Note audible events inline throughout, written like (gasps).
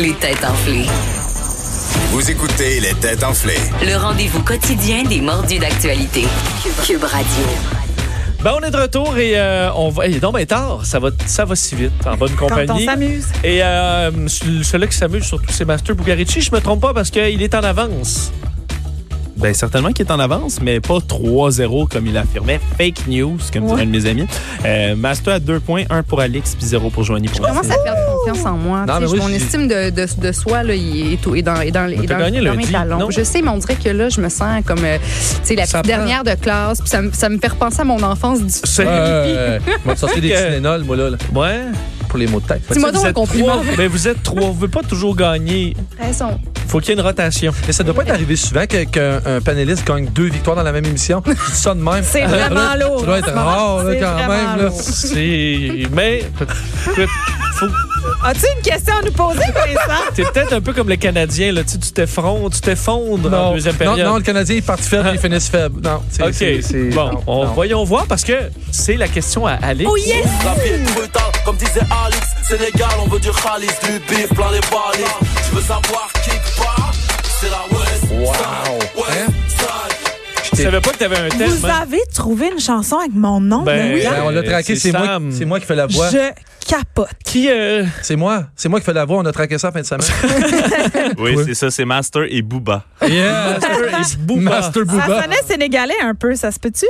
Les têtes enflées. Vous écoutez les têtes enflées. Le rendez-vous quotidien des mordus d'actualité. Cube Radio. Ben, on est de retour et euh, on va. Il est donc ben tard, ça va, ça va si vite, en bonne compagnie. Quand on s'amuse. Et euh, celui qui s'amuse surtout, c'est Master Bugarici. Je me trompe pas parce qu'il est en avance. Ben certainement qu'il est en avance, mais pas 3-0 comme il affirmait. Fake news, comme Ouais. dirait un de mes amis. Euh, Master à 2 points, 1 pour Alix, puis 0 pour Joanie. Pour Je commence à perdre confiance en moi. Non, Tu sais, mais oui, mon j'ai- estime de, de, de soi là, il est, au- est dans, est dans, est t'as dans- gagné dans mes lundi, talons. non? Je sais, mais on dirait que là, je me sens comme euh, tu sais, la Ça petite prend- dernière de classe. Puis ça, me- ça me fait repenser à mon enfance. Du... C'est Ouais, ouais. (laughs) Moi, sorti des Que- Tylenol, moi, là, là, ouais. pour les maux de tête. Dis-moi Vous donc un êtes compliment. trois, mais vous êtes trois. Vous ne pouvez pas toujours gagner. Raison. faut qu'il y ait une rotation. Mais ça doit pas être arrivé souvent que- qu'un un panéliste gagne deux victoires dans la même (laughs) émission. Tu dis ça de même. C'est vraiment lourd. Ça doit être en ce moment. rare, là, C'est quand vraiment même. Là. lourd. C'est. Mais. écoute, faut- As-tu une question à nous (laughs) poser, Vincent? T'es peut-être un peu comme le Canadien, là. Tu sais, tu t'effondres, tu t'effondres en Non. deuxième non, période. non, le Canadien, il part faible, il finit faible. Non, c'est- OK. c'est- c'est- bon, non, on- non. voyons voir parce que c'est la question à Alex. Oh yes! La vie est brutale, comme disait Alex. Sénégal, on veut du khalis, du bif, plein les balles. Tu veux savoir qui part C'est la West. Wow. Side, West Side. Je Hein? savais pas que t'avais un thème. Vous hein. avez trouvé une chanson avec mon nom, Ben, mais oui. euh, Ben, on l'a traqué, C'est c'est moi, Sam. c'est moi qui fais la voix. Je capote. Qui. euh, C'est moi, c'est moi qui fais la voix. On a traqué ça en fin (laughs) de semaine. Oui, Toi? c'est ça, c'est Master et Booba. yeah. Master is Booba. Master Ça Booba. sonnait sénégalais un peu, ça se peut-tu?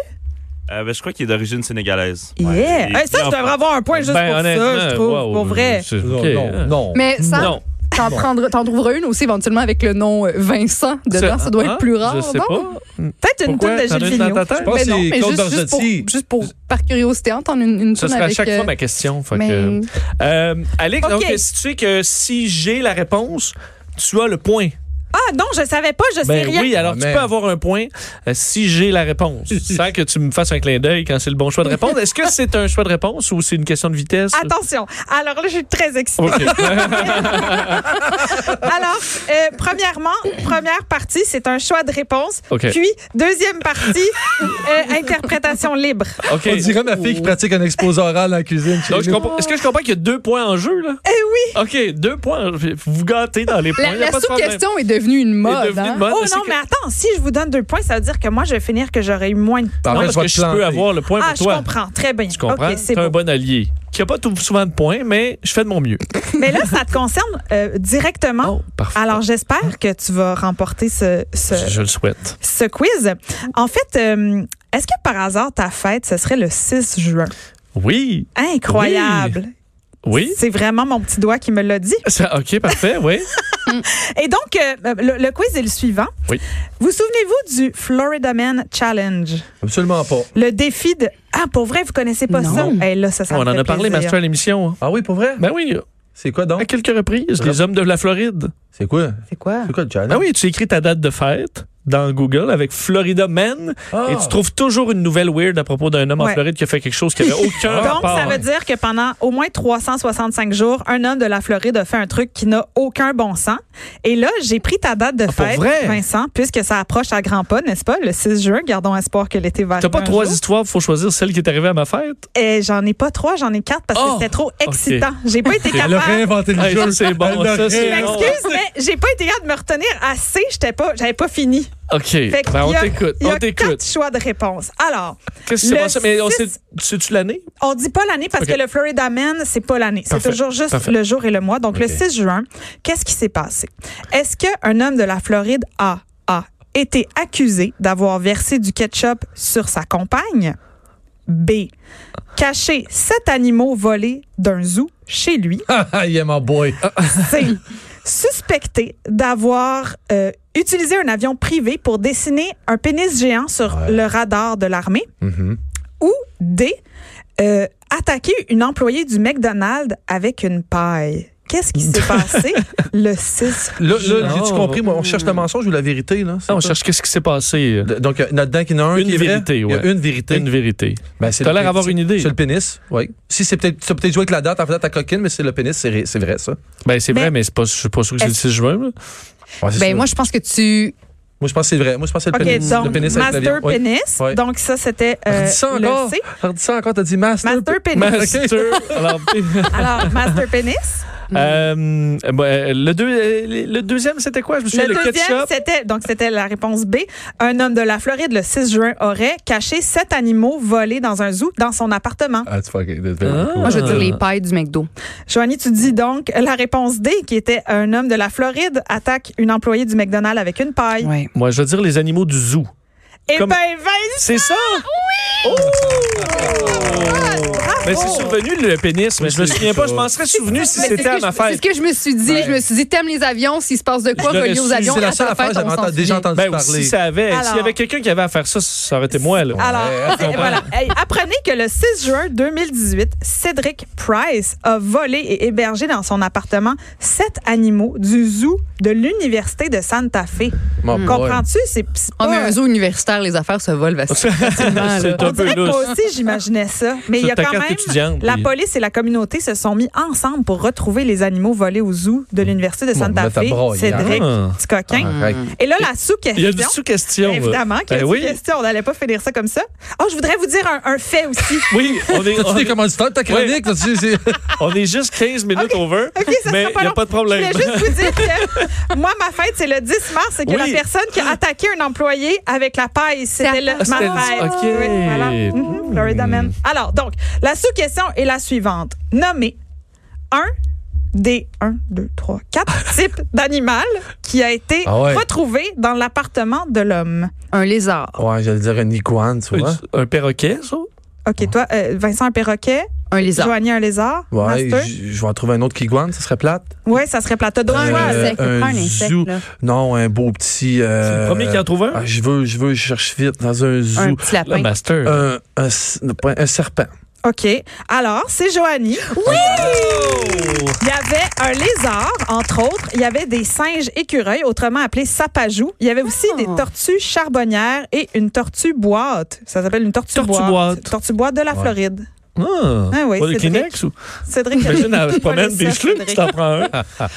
Euh, ben, je crois qu'il est d'origine sénégalaise. Yeah! Et- Hey, ça, je et- devrais avoir un point juste Ben, pour ça, honnêtement, je trouve, wow, pour vrai. c'est- Non, ok. hein. non, non. Mais ça, Non. t'en prendras- t'en trouveras une aussi éventuellement avec le nom euh, Vincent dedans. Ça doit Hein? être plus rare, Je sais non? pas. Peut-être une Pourquoi? toune de T'en as Gilles une dans Vigneault. ta tête? Je pense Mais que non, mais c'est Claude juste, juste pour, Barzotti. juste pour- par curiosité, entendre une, une Ce tune sera à avec... chaque euh, fois ma question. fait mais- que- Euh, Alex, Ok. donc, si tu sais que si j'ai la réponse, tu as le point. Ah non, je savais pas, je sais Ben rien. oui, alors Ah, tu mais- peux avoir un point euh, si j'ai la (laughs) réponse. Sans que tu me fasses un clin d'œil quand c'est le bon choix de réponse. Est-ce que c'est un choix de réponse ou c'est une question de vitesse? Attention. Alors là, je suis très excitée. (laughs) OK. (laughs) Alors, euh, premièrement, première partie, c'est un choix de réponse. OK. Puis, deuxième partie, euh, interprétation libre. OK. On dirait ma fille qui pratique un exposé oral dans la cuisine. chez Donc, je nous. Ah, comprends- Est-ce que je comprends qu'il y a deux points en jeu, là? Eh oui! OK, deux points. en jeu. Vous vous gâtez dans les points. La, il y a la pas de problème. sous-question est devenue une Il est mode. devenu hein? une mode, Oh mais c'est non, que- mais attends, si je vous donne deux points, ça veut dire que moi, je vais finir que j'aurai eu moins de Par Non, contre, parce vais que te je peux planter. avoir le point Ah, pour je toi. comprends. Très bien. Tu comprends? OK, c'est T'es un beau. bon allié qui n'a pas tout- souvent de points, mais je fais de mon mieux. Mais là, ça te concerne euh, directement. Oh, parfait. Alors, j'espère que tu vas remporter ce, je, ce, je le souhaite. ce quiz. En fait, euh, est-ce que par hasard, ta fête, ce serait le 6 juin? Oui. Incroyable! Oui. C'est vraiment mon petit doigt qui me l'a dit. Ça- OK, parfait, oui. Et donc, euh, le, le quiz est le suivant. Oui. Vous souvenez-vous du Florida Man Challenge? (laughs) Absolument pas. Le défi de... Ah, pour vrai, vous connaissez pas Non. ça? Eh, là, ça, ça On me en fait a parlé, plaisir. Master, à hein. l'émission. Ah oui, pour vrai? Ben oui, C'est quoi donc? à quelques reprises, les hommes de la Floride. C'est quoi? C'est quoi? C'est quoi le challenge? Ben oui, tu écris ta date de fête dans Google avec Florida Man Ah. et tu trouves toujours une nouvelle weird à propos d'un homme en Ouais. Floride qui a fait quelque chose (laughs) qui avait aucun Donc, rapport. ça veut dire que pendant au moins 365 jours, un homme de la Floride a fait un truc qui n'a aucun bon sens. Et là, j'ai pris ta date de Ah, pour fête, vrai? Vincent, puisque ça approche à grands pas, n'est-ce pas? Le 6 juin, gardons espoir que l'été va T'as arriver pas un trois jour. histoires, faut choisir celle qui est arrivée à ma fête. Eh, J'en ai pas trois, j'en ai quatre parce que Oh! c'était trop Ok. excitant. J'ai pas (laughs) été Elle a capable. réinventé le Hey, ça, jeu. c'est bon, Elle l'a ça, c'est réinventé. bon. Excuse, mais j'ai pas été capable de me retenir assez. J'étais pas, j'avais pas fini. OK. Fait que Ben, on il y a- t'écoute, il y on a quatre t'écoute. choix de réponse. Alors, Qu'est-ce que c'est Le bon, ça? Mais on sait, six- sais-tu l'année? On dit pas l'année parce OK. que le Florida Man, c'est pas l'année. C'est Parfait. toujours juste Parfait. le jour et le mois. Donc, le OK. 6 juin, qu'est-ce qui s'est passé? Est-ce qu'un homme de la Floride a, a été accusé d'avoir versé du ketchup sur sa compagne? B. Caché sept animaux volés d'un zoo chez lui. Ah, ah, yeah, my boy. Ah, C. Suspecté d'avoir euh, utilisé un avion privé pour dessiner un pénis géant sur Ouais. le radar de l'armée mhm. ou D, euh, attaquer une employée du McDonald's avec une paille. Qu'est-ce qui (laughs) s'est passé le 6 Là, Non. là j'ai-tu compris? Moi, on cherche le mensonge ou la vérité, là? c'est Ah, on ça? cherche qu'est-ce qui s'est passé. Le- Donc, il y en a dedans qu'il y en a un Une qui est vérité, vrai. Il y ouais. a une vérité. Une vérité. Ben, c'est T'as le l'air pénis. d'avoir une idée. C'est le pénis, oui. Si c'est peut-être, tu as peut-être joué avec la date en fait ta coquine, mais c'est le pénis, c'est, ré- c'est vrai, ça. Ben, c'est Mais- vrai, mais c'est pas, je suis pas sûr que c'est le Est-ce- 6 juin. là. Ouais, c'est Ben, ça. moi, je pense que tu. Moi, je pense que c'est vrai. Moi, je pense que c'est OK, le pénis. donc le pénis avec Master l'avion. Oui. Pénis. Oui. Donc, ça, c'était euh, Redis ça le encore. C. Redis ça encore, t'as dit master. Master Pénis. Master. (laughs) Alors, Alors, Master Pénis. Euh, euh, le, deux- euh, le deuxième, c'était quoi? Je me souviens, le, Le deuxième, ketchup. c'était donc c'était la réponse B. Un homme de la Floride le 6 juin aurait caché sept animaux volés dans un zoo dans son appartement. Ah, tu vois, ok, that's very cool. Moi, je veux Euh. dire les pailles du McDo. Joanie, tu dis donc la réponse D, qui était un homme de la Floride attaque une employée du McDonald's avec une paille. Ouais. Moi, je veux dire les animaux du zoo. Et Comme- ben, Vince, C'est ça? Oui! Ah, Mais c'est survenu le pénis, mais je me souviens pas. Je m'en serais souvenu si Mais c'est ce c'était que à je- ma fête. C'est ce que je me suis dit. Je me suis dit, t'aimes les avions, s'il se passe de quoi Je l'aurais relié aux su. avions, C'est la à seule ta affaire que fête, on j'avais s'en entendu- déjà souvient. entendu Ben, parler. si ça avait, s'il y Alors- avait quelqu'un qui avait à faire ça, ça aurait été moi, là. Alors, Ouais, c'est- voilà. Hey, apprenez que le 6 juin 2018, Cédric Price a volé et hébergé dans son appartement sept animaux du zoo de l'Université de Santa Fe. Mon boy. Comprends-tu? C'est c'est Ah, mais pas- un zoo universitaire, les affaires se volent facilement. là. C'est On un peu dirait que moi lousse. aussi, j'imaginais ça. Mais il y a Sur ta quand carte même. étudiante, La puis- police et la communauté se sont mis ensemble pour retrouver les animaux volés au zoo de l'Université de Bon, Santa mais t'as Fe. broyé, Cédric, hein? petit coquin. Arrête. Et là, la Il y a sous-question. des sous-questions. là. Évidemment, qu'il y a Ben une oui. question. On n'allait pas finir ça comme ça. Oh, je voudrais vous dire un, un fait aussi. Oui, on (laughs) est, T'as-tu on, des est, commanditaires de ta chronique? T'as-tu- c'est- on est juste 15 minutes over, OK, ça mais sera il pas n'y a long. pas de problème. Je voulais juste vous dire que moi, ma fête, c'est le 10 mars et que Oui. la personne qui a attaqué un employé avec la paille, c'était le, Ah, ma c'était le- fête. OK. Mm. Oui, voilà. Mhm, Florida Man. Alors, donc, la sous-question est la suivante. Nommez un des 1, 2, 3, (laughs) 4 types d'animal qui a été Ah ouais. retrouvé dans l'appartement de l'homme. Un lézard, Ouais, j'allais dire une iguane, tu vois. Un perroquet, ça? Ah. OK, toi, euh, Vincent, un perroquet. un lézard. Joanie, un lézard. Ouais, Master. j- je vais en trouver un autre qui iguane, ça serait plate. Ouais, ça serait plateau Ah, Prends un Euh, insecte, un prends un insecte. zoo. là. Non, un beau petit. euh, C'est le premier qui en trouve un? ah, je veux, je veux, je cherche vite dans un zoo. Un petit Le lapin. master. Euh, Un, un, s- non, pas un- un serpent. OK. Alors, c'est Joanie. Oui! Il y avait un lézard, entre autres. Il y avait des singes écureuils, autrement appelés sapajous. Il y avait aussi Ah. des tortues charbonnières et une tortue boîte. Ça s'appelle une tortue, Tortue boîte. boîte. Tortue boîte de la Floride. Ah, Ah oui, pas de Cédric. Kleenex ou? Cédric, (laughs) Imagine, elle se Connais promène des ça, cheveux, tu Cédric. t'en prends un.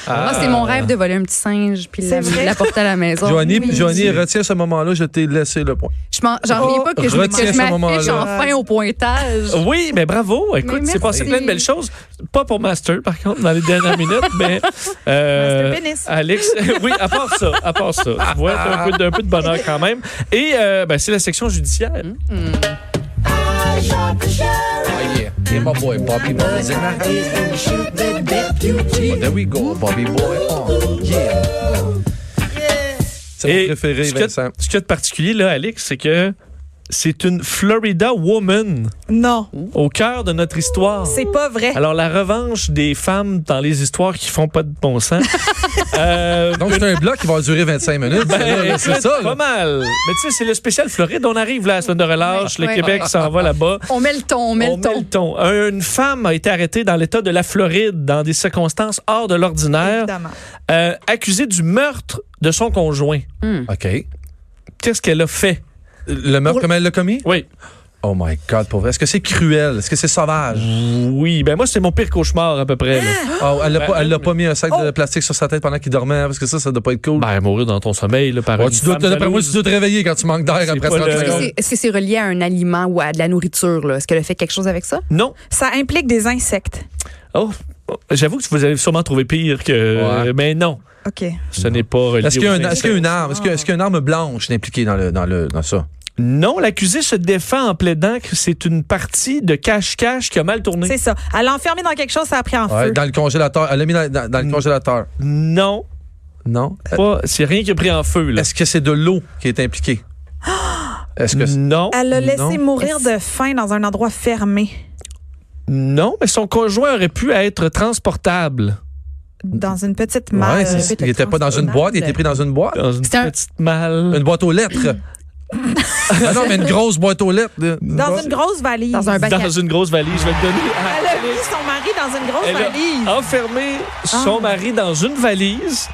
Ah, c'est mon rêve de voler un petit singe puis C'est la- vrai. l'apporter à la maison. Joanie, Oui. Joanie, retiens ce moment-là, je t'ai laissé le point. Je m'en- J'en reviens pas que je, Retiens que je ce m'affiche moment-là. enfin au pointage. Oui, mais bravo. Écoute, Mais c'est passé merci. plein de belles choses. Pas pour Master, par contre, dans les dernières minutes, (laughs) mais. euh, Master pénis. Alex, (laughs) oui, à part ça, à part ça. Tu vois, t'as un peu, de- un peu de bonheur quand même. Et euh, ben, c'est la section judiciaire. Mmh. yeah. Yeah, my boy, Bobby Boy is in the house. There we go, Bobby Boy. Oh, yeah. C'est mon Et préféré, ce que- Vincent. Ce qu'il y a de particulier, là, Alex, c'est que c'est une Florida woman (laughs) Non, au cœur de notre histoire. c'est pas vrai. Alors, la revanche des femmes dans les histoires qui font pas de bon sens. Euh, Donc, c'est un bloc qui va durer 25 minutes. Ben, là, là, c'est écoute, ça. Pas là. mal. Mais tu sais, c'est le spécial Floride. On arrive là, à la semaine de relâche. Le Ouais. Québec s'en va là-bas. On met le ton, on met On le met le ton. ton. Un- Une femme a été arrêtée dans l'État de la Floride dans des circonstances hors de l'ordinaire, Évidemment. euh, accusée du meurtre de son conjoint. OK. Qu'est-ce qu'elle a fait? Le meurtre, comme elle l'a commis? Oui. Oh my God, pour vrai. Est-ce que c'est cruel? Est-ce que c'est sauvage? (gasps) Oui, ben moi, c'est mon pire cauchemar à peu près. là. Ah! Oh, elle l'a Ben, pas, elle l'a mais- pas mis un sac de plastique sur sa tête pendant qu'il dormait, hein, parce que ça, ça doit pas être cool. Ben, mourir dans ton sommeil là, par Ouais, une Oh, tu dois, femme te- d'après moi, jalouse. tu dois te réveiller quand tu manques d'air C'est après pas 30 le- Est-ce que secondes. c'est- Est-ce que c'est relié à un aliment ou à de la nourriture? là? Est-ce qu'elle a fait quelque chose avec ça? Non. Ça implique des insectes. Oh, oh, j'avoue que vous avez sûrement trouvé pire que... Ouais. Mais non, OK. ce n'est pas relié Est-ce qu'il y, a aux un- est-ce qu'il y insectes. a une arme? Est-ce qu'il y a- est-ce qu'il y a une arme blanche impliquée dans, le, dans, le, dans ça? Non, l'accusé se défend en plaidant que c'est une partie de cache-cache qui a mal tourné. C'est ça. Elle l'a enfermé dans quelque chose, ça a pris en Ouais, feu. Mm. dans le congélateur. Elle l'a mis dans, dans- dans le congélateur. Non, Non? pas- c'est rien qui a pris en feu. Là. Est-ce que c'est de l'eau qui est impliquée? (gasps) Est-ce que c'est- Non, Elle l'a laissé Non. mourir de faim dans un endroit fermé. non, mais son conjoint aurait pu être transportable Dans une petite malle. Ouais, c'est- il n'était pas dans une boîte, il était pris dans une boîte. dans une C'est un- petite malle. Une boîte (coughs) aux lettres. Ah non, mais une grosse boîte aux lettres. de- Dans une grosse valise. Dans un bac à- Dans une grosse valise, je vais te donner. à Elle a mis Alex. son mari dans une grosse Elle a valise. enfermé son mari dans une valise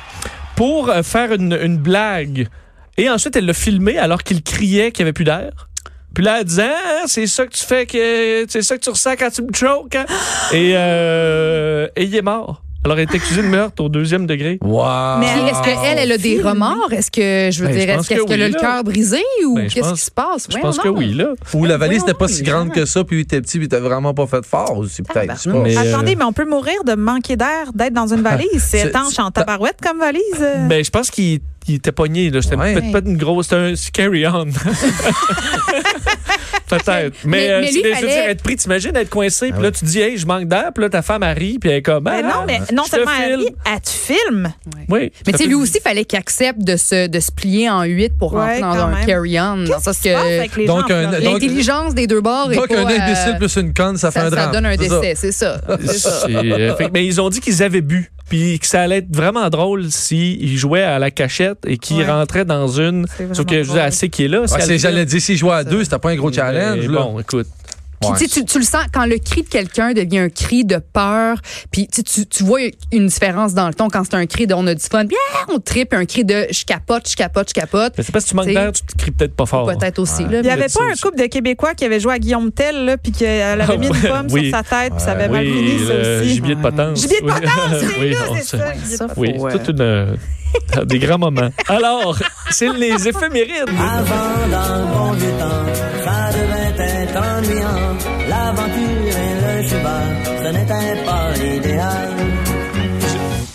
pour euh, faire une, une blague. Et ensuite, elle l'a filmé alors qu'il criait qu'il n'y avait plus d'air. Puis là, elle disait Ah, c'est ça que tu fais, que c'est ça que tu ressens quand tu me choques. hein? Et, hein. euh, et il est mort. Alors, elle est accusée de meurtre au deuxième degré. Wow. Mais Puis Est-ce qu'elle, elle a des remorts? Est-ce que, je veux Ah, Ben, je dire, pense est-ce qu'elle que a oui, le là. cœur brisé ou Ben, je qu'est-ce qui pense- se passe? Je pense que oui, là. Ou la valise n'était pas voyons, si grande que ça, puis t'es petit, puis t'as vraiment pas fait fort aussi, peut-être. je sais pas. Mais, Ah, euh, Ah, Attendez, mais on peut mourir de manquer d'air, d'être dans une valise. C'est C'est- étanche en tabarouette comme valise. euh. Ben, je pense qu'il il était pogné. là. C'était Ouais. peut-être pas une grosse. C'était un carry-on. Peut-être. Mais, Mais- euh, mais c'est- lui, je veux fallait- dire, être pris, t'imagines être coincé, Ah puis là, tu dis, hey, je manque d'air, puis là, ta femme arrive, puis elle est comme. Mais Ah, ben non, mais non je te seulement elle filme. rit, elle te filme. Oui. Mais Ça tu sais, fait- lui aussi, il fallait qu'il accepte de se, de se plier en huit pour Ouais, rentrer dans quand un même. carry-on. Dans le sens Qu'est-ce qui se passe que avec les Donc, gens? un- en Floride? donc- l'intelligence des deux bords est Pas qu'un pas, euh, imbécile plus une conne, ça fait ça, un drame. ça donne un c'est ça. décès, c'est ça. (laughs) C'est ça. C'est- euh, fait- mais ils ont dit qu'ils avaient bu, puis que ça allait être vraiment drôle s'ils jouaient à la cachette et qu'ils Ouais. rentraient dans une. C'est Sauf que vraiment je veux dire, elle sait qui est là. si Ouais, elle c'est- le J'allais dire, si je jouais à deux, c'était pas un gros fait. challenge. Mais là. Bon, écoute. Puis, Ouais. tu, sais, tu- tu le sens quand le cri de quelqu'un devient un cri de peur, puis tu, sais, tu, tu vois une différence dans le ton quand c'est un cri de on a du fun, bien on tripe, un cri de je capote, je capote, je capote, Mais c'est parce que tu manques T'sais, d'air, tu te cries peut-être pas fort. peut-être aussi. Là, Il n'y mais- avait pas un couple de Québécois qui avait joué à Guillaume Tell, là, puis qu'elle avait mis une Ah, ouais, pomme oui. sur sa tête, puis ça avait mal Oui, fini, Ben, ça le aussi. gibier de potence. Gibier de Oui. (laughs) potence, c'est Oui, là, on c'est se- ça. Ça, faut, Oui, euh, c'est toute une. euh, des grands (laughs) moments. Alors, c'est les éphémérides. Avant d'un bon vieux temps, ça devait être ennuyant. L'aventure et le cheval, ce n'était pas l'idéal.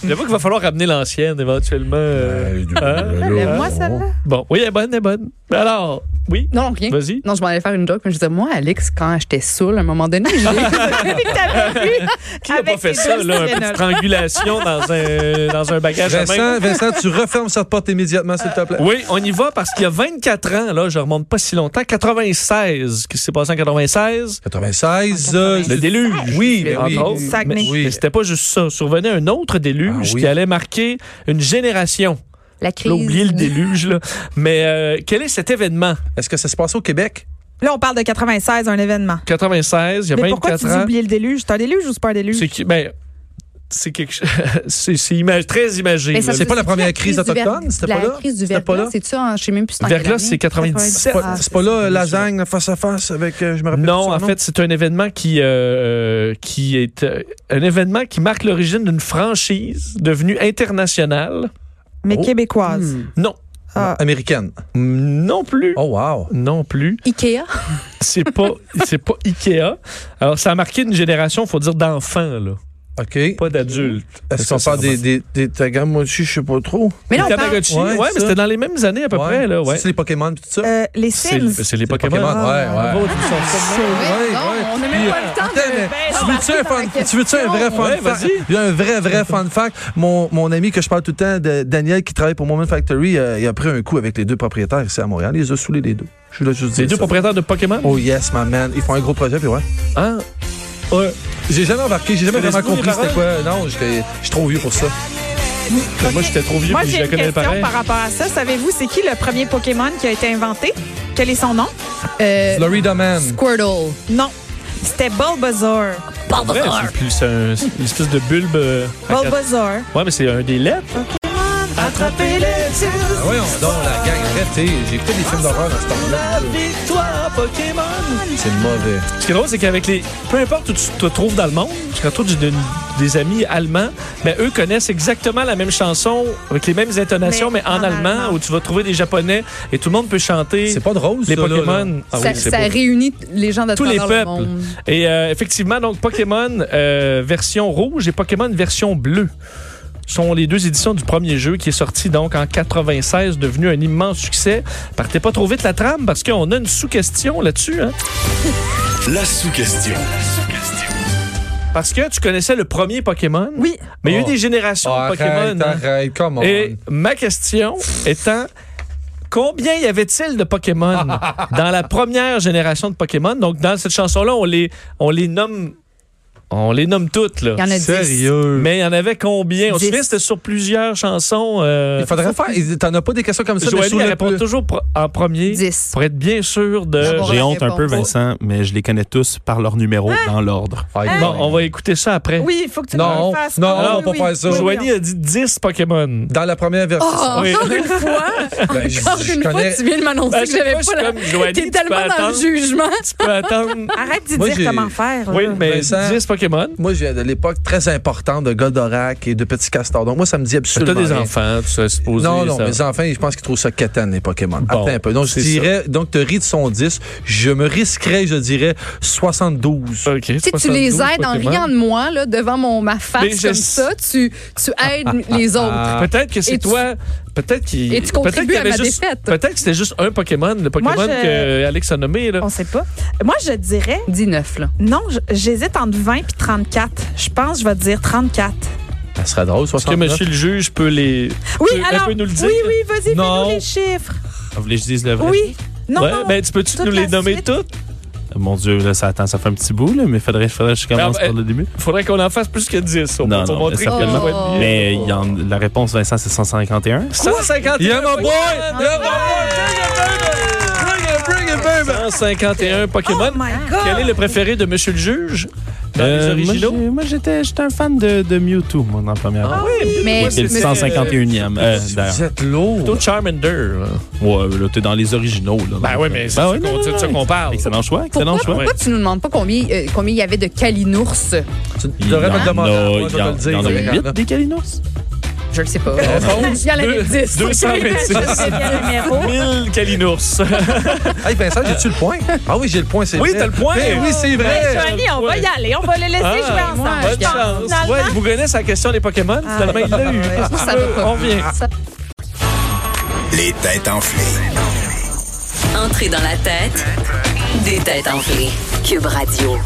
J'avoue qu'il va falloir ramener l'ancienne éventuellement. euh, hein? Mais moi, celle-là. Bon, oui, elle est bonne, elle est bonne. Alors, oui, Non, rien. vas-y. Non, je m'en allais faire une joke, mais je disais, moi, Alex, quand j'étais saoul, à un moment donné, (laughs) j'ai- (laughs) Celui que t'avais vu. Qui n'a pas avec fait les ça, deux là, une Tylenol. petite strangulation dans un, dans un bagage à main? Vincent, Vincent, tu refermes cette porte immédiatement, s'il te plaît. Oui, on y va parce qu'il y a 24 ans, là, je remonte pas si longtemps, 96, qu'est-ce qui s'est passé en 96? Ah, 96. euh, Le déluge. Oui, mais ben oui. entre autres. Saguenay. Mais- mais c'était pas juste ça. Survenait un autre déluge Ah oui. qui allait marquer une génération. la J'ai crise. oublié le déluge, là. Mais euh, quel est cet événement? Est-ce que ça se passe au Québec? Là, on parle de 96, un événement. 96, il y a Mais pourquoi tu 24 dis ans. oublier le déluge? C'est un déluge ou c'est pas un déluge? C'est qui- ben, c'est quelque chose. (laughs) c'est c'est ima- très imagé. Mais là. ça C'est se- pas la première crise du autochtone, verglas. c'était La pas là? crise du C'était pas verglas, là? c'est ça, je sais même plus c'est en quelle Verglas, année. c'est 97. C'est pas, Ah, c'est pas là euh, lasagne, face à face avec, euh, je me rappelle Non, plus en son nom. fait, c'est un événement qui, euh, qui est euh, un événement qui marque l'origine d'une franchise devenue internationale. Mais Oh. québécoise. Non, Ah. Américaine. non plus. Oh, wow. Non plus. Ikea. C'est pas, (laughs) c'est pas Ikea. Alors, ça a marqué une génération, faut dire, d'enfants, là. OK. Est-ce Pas d'adultes. qu'on parle des, des, des tagames? Moi aussi, je sais pas trop. Mais là, on parle- Tamagotchi, Ouais, ouais, mais ça. c'était dans les mêmes années à peu près, là, ouais. C'est les Pokémon et tout ça. Euh, les C'est Sims. c'est les Pokémon. Pokémon, ouais, ouais. Bravo, tu me sens ça. Ouais, non, ouais. on n'a même Puis, pas le temps attends, de- mais Ben non, tu veux-tu un, arrête fun- ta tu veux-tu un vrai question. fun Ouais, fact? vas-y. Il y a un vrai, vrai fun fact. Mon, mon ami que je parle tout le temps, de Daniel, qui travaille pour Moment Factory, euh, il a pris un coup avec les deux propriétaires ici à Montréal. Il les a saoulés les deux. Je voulais juste Les dire deux ça. propriétaires de Pokémon? Oh yes, my man. Ils font un gros projet, puis ouais. Hein? Ouais. J'ai jamais embarqué, j'ai jamais Tu vraiment connais-tu compris les c'était quoi. Non, j'étais- je suis trop vieux pour ça. Moi, j'étais trop vieux, Moi, puis je j'ai la une connais question pareil. par rapport à ça. Savez-vous, c'est qui le premier Pokémon qui a été inventé? Quel est son nom? Euh, Florida Man. Squirtle. Non. C'était Bulbasaur. Ouais, c'est plus c'est un- c'est une espèce de bulbe. euh, à quatre- Bulbasaur. Ouais, mais c'est un des lettres. Ah, Voyons donc, la gang, arrêtez. J'ai fait des films d'horreur dans ce temps-là. victoire Pokémon! C'est mauvais. Ce qui est drôle, c'est qu'avec les. Peu importe où tu te trouves dans le monde, parce que toi, j'ai de- des amis allemands, ben, eux connaissent exactement la même chanson avec les mêmes intonations, mais, Mais en, en allemand, allemand. où tu vas trouver des japonais et tout le monde peut chanter. C'est pas drôle, Les ça, là, là. Pokémon. Ah oui, ça c'est ça beau. réunit les gens de Tous les travers le peuples. monde. Et euh, effectivement, donc Pokémon euh, version rouge et Pokémon version bleue sont les deux éditions du premier jeu qui est sorti donc en 96, devenu un immense succès. Partez pas trop vite la trame parce qu'on a une sous-question là-dessus. hein. La sous-question. Parce que tu connaissais le premier Pokémon. Oui. Mais il y a eu Oh. des générations de Arrête, Pokémon. hein. arrête, come on. Et ma question étant, combien y avait-il de Pokémon (laughs) dans la première génération de Pokémon? Donc, dans cette chanson-là, on les, on les nomme... On les nomme toutes, là. Il y en a dix. Sérieux. Mais il y en avait combien? On se Dix. souvient, c'était sur plusieurs chansons. euh, Il faudrait faire. T'en as pas des questions comme ça, mais Joanie, sur elle le répond plus- toujours pro- en premier. Dix. Pour être bien sûr de. D'abord. J'ai la honte un peu, réponse. Vincent, mais je les connais tous par leur numéro dans l'ordre. Ah, Bon, on va écouter ça après. Oui, il faut que tu Non, le fasses. non, Ah, on oui, peut oui. pas faire ça. Oui, oui, Joanie a dit 10 Pokémon. Dans la première version. Oh, Oui. Encore une (laughs) fois, Ben, je- encore je une fois, connais- tu viens de m'annoncer Ben, que chaque j'avais fois, je suis pas la... comme, Joanie, T'es tu peux tellement dans le attendre. jugement. (laughs) Tu peux attendre. on- Arrête de Moi, dire j'ai- comment faire. Oui, là. mais Vincent. 10 Pokémon. Moi, je viens de l'époque très importante de Goldorak et de Petit Castor. Donc, moi, ça me dit T'as absolument. des rien. enfants, tu sais, supposé. Non, non, ça- mes enfants, je pense qu'ils trouvent ça quétaine, les Pokémon. Bon, Attends un peu. Donc, je c'est dirais, donc, te ris de son 10, je me risquerais, je dirais, 72. Ok, Tu sais, tu les 72 aides en Pokémon. riant de moi, là, devant mon, ma Mais face je comme sais- Ah. ça. Tu, tu aides les autres. Peut-être que c'est Et tu- toi. Peut-être qu'il. Et tu peut-être contribues qu'il y à avait ma juste- défaite. Peut-être que c'était juste un Pokémon, le Pokémon je- que Alex a nommé. Là. On sait pas. Moi, je dirais, 19, là. non, j- j'hésite entre 20 et 34. Je pense que je vais dire 34. Ça serait drôle, Est-ce que 69. monsieur le juge peut les. Oui, Tu- elle alors. peut nous le dire? Oui, oui, vas-y, Non. fais-nous les chiffres. Vous voulez que je dise le vrai? Oui. Non, ouais, non. ben, tu peux-tu toute nous les la nommer suite. toutes? Mon Dieu, là, ça attend, ça fait un petit bout, là, mais faudrait, faudrait que je commence Ah, ben, par le début. Faudrait qu'on en fasse plus que 10 au Non, moins, pour non, montrer mais qu'elle certainement. doit être bien. Mais il y en- la réponse, Vincent, c'est 151. 151 Yeah, my boy! Pokémon! Yeah, my boy! Bring it, baby! Bring it, bring it, baby! 151 Pokémon. Oh my God. Quel est le préféré de monsieur le juge dans Euh, les moi, originaux? j'ai- Moi, j'étais j'étais un fan de, de Mewtwo, moi, dans la première. Ah fois. oui, Mais- moi, C'est le c'était- 151e. euh, d'ailleurs. Vous êtes lourd. Plutôt Charmander. là. Ouais, là, t'es dans les originaux. Là, Ben Donc, oui, euh, mais c'est ben de oui, ça non, qu'on- non, c'est de ça non. qu'on parle. Excellent choix, Pourquoi, excellent choix. pourquoi tu nous demandes pas combien, euh, combien il y avait de calinours? Tu Il devrais y me en le demander. a- moi, je vais te Il y en a le dire. 8 des Calinos. Je le sais pas. Réponse, Il y en avait Euh, deux- 10. 226. 1000 (laughs) Kalinours. Hey, Vincent, j'ai-tu le point? Ah oui, j'ai le point, c'est Oui, vrai. t'as le point. Ben oui, c'est vrai. Johnny, on va y aller. On va les laisser Ah, jouer ensemble. Bonne je pense, chance. finalement. Ah, Ouais, vous connaissez la question des Pokémon. Finalement, il l'a eu. Ça, ça va pas. On vient. Ça- Les têtes enflées. Entrée dans la tête des têtes enflées. Cube Radio.